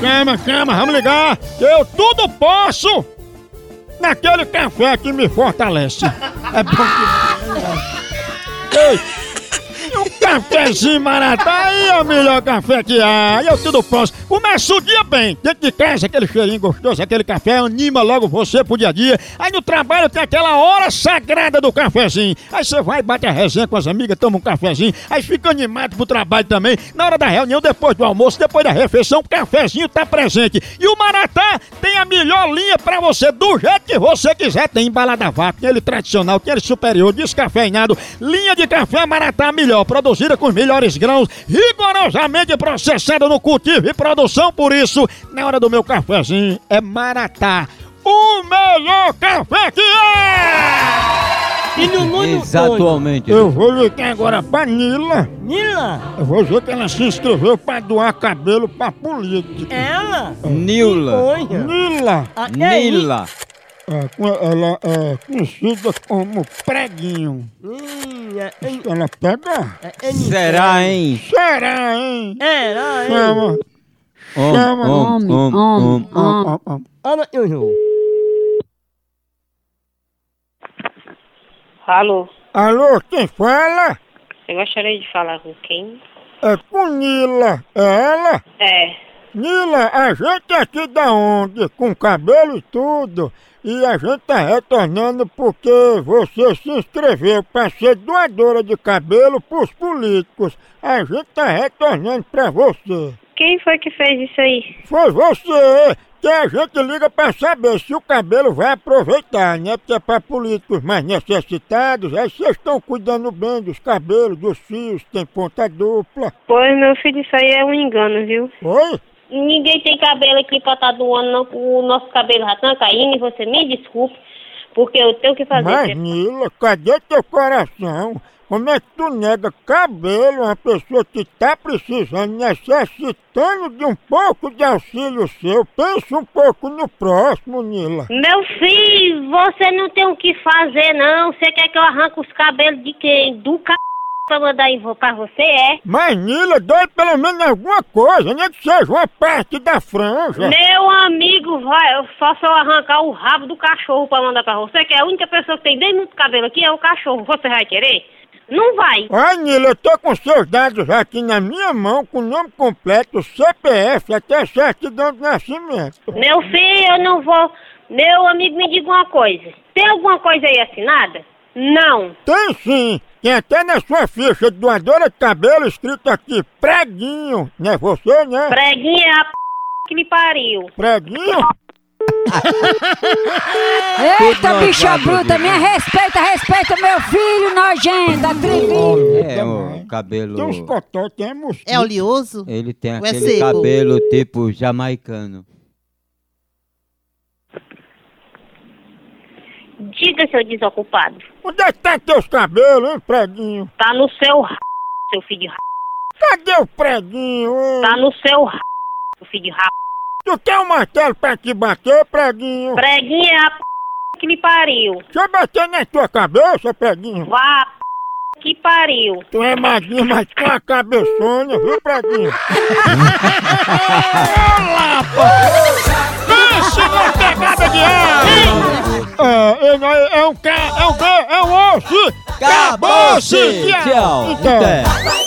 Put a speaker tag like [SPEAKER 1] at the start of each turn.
[SPEAKER 1] Chama, chama, vamos ligar! que Eu tudo posso! Naquele café que me fortalece. É bom que. Ei! e Um cafezinho maratá aí é o melhor café que há. Eu tudo posso. Começa o dia bem. Dentro de casa, aquele cheirinho gostoso, aquele café anima logo você pro dia a dia. Aí no trabalho tem aquela hora sagrada do cafezinho. Aí você vai, bate a resenha com as amigas, toma um cafezinho. Aí fica animado pro trabalho também. Na hora da reunião, depois do almoço, depois da refeição, o cafezinho tá presente. E o Maratá tem a melhor linha pra você, do jeito que você quiser. Tem embalada vaca, tem ele tradicional, tem ele superior, descafeinado. Linha de café Maratá melhor, produzida com os melhores grãos, rigorosamente processada no cultivo e produção. Por isso, na hora do meu cafezinho, é Maratá. O melhor café que é!
[SPEAKER 2] E no mundo todo.
[SPEAKER 3] Exatamente.
[SPEAKER 1] Eu vou ligar agora pra Nila.
[SPEAKER 2] Nila,
[SPEAKER 1] Eu vou ver que ela se inscreveu pra doar cabelo pra política.
[SPEAKER 2] É. ela, Ah,
[SPEAKER 3] Nila.
[SPEAKER 2] olha.
[SPEAKER 1] Nila,
[SPEAKER 2] até
[SPEAKER 3] Nila.
[SPEAKER 1] é, com- ela é conhecida como preguinho.
[SPEAKER 2] é Nila, hein,
[SPEAKER 1] Ela pega.
[SPEAKER 2] é, é Nila.
[SPEAKER 3] Será, hein?
[SPEAKER 1] Será, hein?
[SPEAKER 2] Era, hein?
[SPEAKER 1] Chama. Ah,
[SPEAKER 3] Om,
[SPEAKER 1] Chama.
[SPEAKER 3] om, om, om.
[SPEAKER 1] Ó, ó, ó.
[SPEAKER 2] Ana, eu jogo.
[SPEAKER 4] Alô,
[SPEAKER 1] Alô, quem fala?
[SPEAKER 4] eu gostaria de falar com quem?
[SPEAKER 1] É com Nila. É ela?
[SPEAKER 4] É,
[SPEAKER 1] Nila, a gente é aqui da ONG, com cabelo e tudo, e a gente tá retornando porque você se inscreveu pra ser doadora de cabelo pros políticos. A gente tá retornando pra você.
[SPEAKER 4] quem foi que fez isso aí?
[SPEAKER 1] Foi você que a gente liga pra saber se o cabelo vai aproveitar, né? Porque é pra políticos mais necessitados, aí vocês estão cuidando bem dos cabelos, dos fios, tem ponta dupla.
[SPEAKER 4] Pois, meu filho, isso aí é um engano, viu?
[SPEAKER 1] Oi?
[SPEAKER 4] Ninguém tem cabelo aqui pra estar doando, não. O nosso cabelo já tá caindo e você me desculpe, porque eu tenho que fazer.
[SPEAKER 1] Mas, Nila, cadê teu coração? Como é que tu nega cabelo a uma pessoa que tá precisando, necessitando de um pouco de auxílio seu? Pensa um pouco no próximo, Nila.
[SPEAKER 4] Meu filho, você não tem o que fazer, não. Você quer que eu arranque os cabelos de quem? Do c... pra mandar em vo- pra você, é?
[SPEAKER 1] Mas, Nila, dói pelo menos alguma coisa, nem que seja uma parte da franja.
[SPEAKER 4] Meu amigo, vai, eu só se eu arrancar o rabo do cachorro pra mandar pra você, que é a única pessoa que tem bem muito cabelo aqui é o cachorro. Você vai querer? Não vai.
[SPEAKER 1] Ó, Nila, eu tô com seus dados aqui na minha mão, com o nome completo, CPF, até certidão de nascimento.
[SPEAKER 4] Meu filho, eu não vou. Meu amigo, me diga uma coisa. Tem alguma coisa aí assinada? Não.
[SPEAKER 1] Tem sim! Tem até na sua ficha de doadora de cabelo escrito aqui, preguinho. Não é você, né?
[SPEAKER 4] Preguinha é a p... que me pariu.
[SPEAKER 1] Preguinho?
[SPEAKER 5] Eita,
[SPEAKER 3] Tudo
[SPEAKER 5] bicha
[SPEAKER 3] nojento,
[SPEAKER 5] bruta, me respeita, respeita meu filho nojento, atrevido.
[SPEAKER 3] É, o cabelo.
[SPEAKER 1] Tem uns cotó, tem mosquito.
[SPEAKER 6] É oleoso?
[SPEAKER 3] Ele tem
[SPEAKER 6] Ou é
[SPEAKER 3] aquele
[SPEAKER 6] seco?
[SPEAKER 3] cabelo tipo jamaicano.
[SPEAKER 4] Diga, seu desocupado.
[SPEAKER 1] Onde é que tá teus cabelos, hein, preguinho?
[SPEAKER 4] Tá no seu r... seu filho de r...
[SPEAKER 1] Cadê o preguinho, hein?
[SPEAKER 4] Tá no seu r... seu filho de r...
[SPEAKER 1] Tu quer um martelo pra te bater, preguinho?
[SPEAKER 4] Preguinha é a p... que me pariu.
[SPEAKER 1] Deixa eu bater na tua cabeça, preguinho.
[SPEAKER 4] Vá, p... que pariu.
[SPEAKER 1] Tu é magrinho, mas tu é uma cabeçona, viu, preguinho? Pense na pegada de ar! É, ele é, é um ca, é um B, é um osso!
[SPEAKER 3] Acabou-se!
[SPEAKER 1] Acabou-se!
[SPEAKER 3] Tchau!
[SPEAKER 1] Então.
[SPEAKER 3] Até.